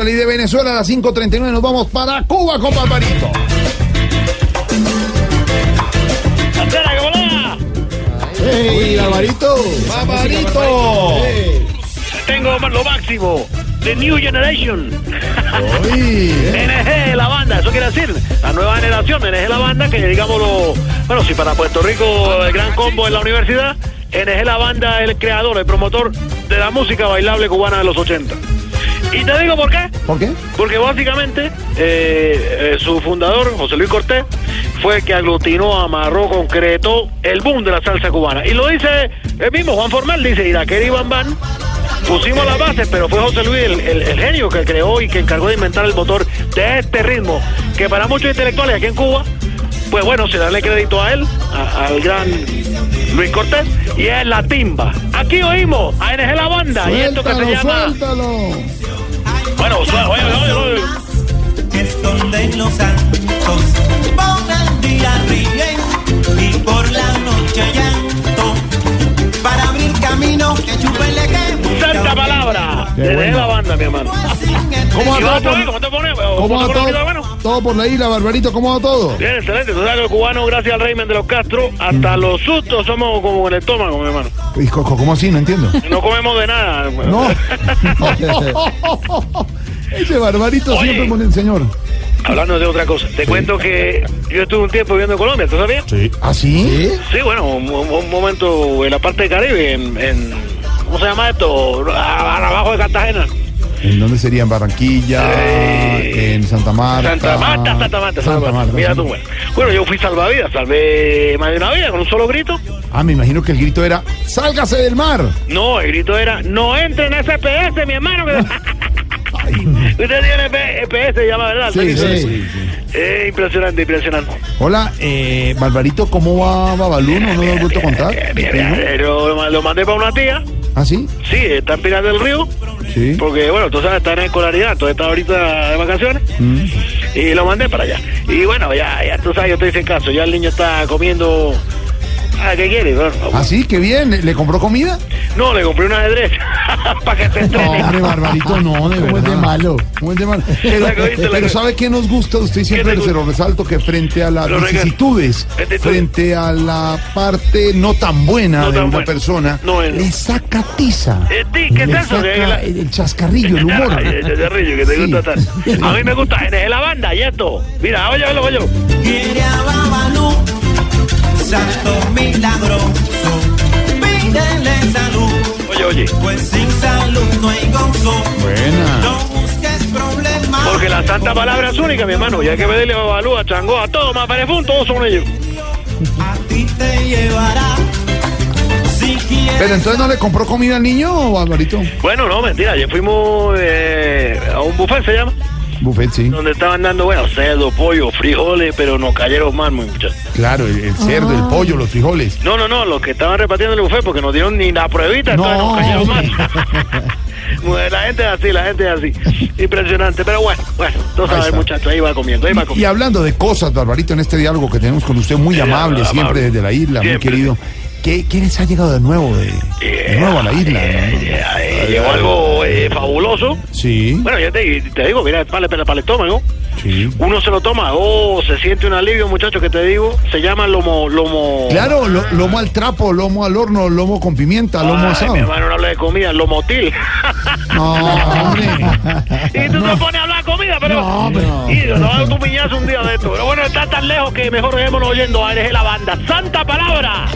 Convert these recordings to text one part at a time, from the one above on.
Y de Venezuela a las 5.39 nos vamos para Cuba con Barbarito. ¡Espera, que volá! ¡Ey, Barbarito! ¡Barbarito! Tengo lo máximo. The New Generation. ¡Uy! NG, la banda. Eso quiere decir la nueva generación. NG, la banda, que digámoslo... Bueno, si para Puerto Rico el gran combo en la universidad, NG, la banda, el creador, el promotor de la música bailable cubana de los 80. Y te digo por qué. ¿Por qué? Porque básicamente eh, eh, su fundador, José Luis Cortés, fue el que aglutinó, amarró, concretó el boom de la salsa cubana. Y lo dice el mismo Juan Formal, dice Iraquer y Van Van. Pusimos las bases, pero fue José Luis el, el- el genio que creó y que encargó de inventar el motor de este ritmo, que para muchos intelectuales aquí en Cuba, pues bueno, se darle crédito a él, a- al gran Luis Cortés, y es la timba. Aquí oímos a NG La Banda y esto que se ¡Suéltalo, llama... suéltalo! Bueno, suena, oye, oye, oye. que esconden los santos. Por el día ríen y por la noche llanto. Para abrir camino, que chúpele que Santa palabra. Qué Te dejé bueno. la banda, mi hermano. ¿Cómo ¿Y va vas a todo? ver cómo te pones? ¿Cómo ¿Cómo te va pones, todo? bueno? Todo por la isla, Barbarito, ¿cómo va todo? Bien, excelente. Tú sabes que los cubanos, gracias al régimen de los Castro, hasta Mm. los sustos somos como en el estómago, mi hermano. Y co- co- ¿Cómo así? No entiendo. No comemos de nada. No. Ese Barbarito Oye. siempre pone el señor. Hablando de otra cosa, te cuento que yo estuve un tiempo viviendo en Colombia, ¿tú sabías? ¿Sí? ¿Ah, sí? Sí, bueno, un, un momento en la parte del Caribe, en, en- ¿cómo se llama esto? A- Abajo de Cartagena. ¿En dónde sería? ¿En Barranquilla? Sí. ¿En Santa Marta? Santa Marta, Santa Marta, Santa Marta. Mira tú, bueno. Bueno, yo fui salvavidas, salvé más de una vida con un solo grito. Ah, me imagino que el grito era ¡Sálgase del mar! No, el grito era, no entren en SPS, mi hermano. que- Usted tiene P- SPS, se llama, ¿verdad? Sí, sí, sí. Eh, impresionante, impresionante. Hola, eh, Barbarito, ¿cómo va Babalú? No, no lo he vuelto a Eh, contar. mira, mira, lo, lo mandé para una tía, ¿Ah, sí? sí, está en Pinar del Río, Sí. porque bueno, tú sabes, está en escolaridad, entonces está ahorita de vacaciones, Mm. y lo mandé para allá. Y bueno, ya, ya tú sabes, yo te hice caso, ya el niño está comiendo... Ah, ¿qué quiere? Bueno, ¿Ah, sí? Qué bien. ¿Le- ¿Le compró comida? No, le compré un ajedrez para que se entrene. Hombre, Barbarito, no, de verdad. es de malo? Muy de malo. Pero, La cogiste, la pero cogiste. ¿sabe qué nos gusta? Usted ¿Qué siempre te se gusta? lo resalto que frente a las Lo regalo. vicisitudes, Este tú- frente a la parte no tan buena No de tan una buena. persona, No, eh, no. le saca tiza. Eh, sí, ¿qué es le eso? saca Que la- el, el chascarrillo, el humor. Ay, ese chascarrillo que te Sí. gusta tanto. A mí me gusta NG la banda y esto. Mira, oye, oye, oye. quiere a Babalú, santo milagroso. Pídele salud, Oye, oye. pues sin salud no hay gozo. Buena. No busques problemas. Ah. Porque la santa palabra es única, mi hermano. Y hay que pedirle a Babalú, a Changó, a todos, más Perefún, todos son ellos. a ti te llevará. Si quieres. Pero entonces no le compró comida al niño, Barbarito. Bueno, no, mentira. Ayer fuimos eh, a un buffet, se llama. Buffet, sí. Donde estaban dando, bueno, cerdo, pollo, frijoles, pero nos cayeron mal, muy muchachos. Claro, el, el cerdo, el pollo, los frijoles. No, no, no, los que estaban repartiendo el buffet porque no dieron ni la pruebita, No. entonces nos cayeron mal. Bueno, la gente es así, la gente es así. Impresionante, pero bueno, bueno, tú Ahí sabes, está. muchachos, ahí va comiendo, ahí va Y comiendo. hablando de cosas, Barbarito, en este diálogo que tenemos con usted, muy Sí, amable, amable. siempre desde la isla, muy Siempre. querido. ¿Qué, ¿Quién les ha llegado de nuevo de, de nuevo a la isla? Eh, eh, eh, llegó algo eh, fabuloso. Sí, Bueno, yo te, te digo, mira, para, para, para el estómago. sí. Uno se lo toma, oh, se siente un alivio, muchachos, que te digo. Se llama lomo, lomo. Claro, lo- lomo al trapo, lomo al horno, lomo con pimienta, lomo Ay, asado. mi hermano no habla de comida, lomotil. No, hombre. Y tú te pones a hablar de comida, pero. No, hombre. Y yo, no, tu piñazo un día de esto. Pero bueno, está tan lejos que mejor dejémonos oyendo a de la banda. ¡Santa palabra!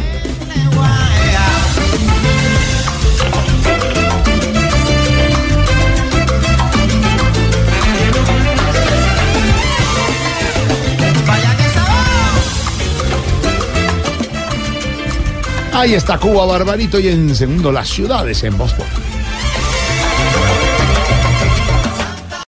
Vaya que sabor. Ahí está Cuba, Barbarito, y en segundo, las ciudades en Boston.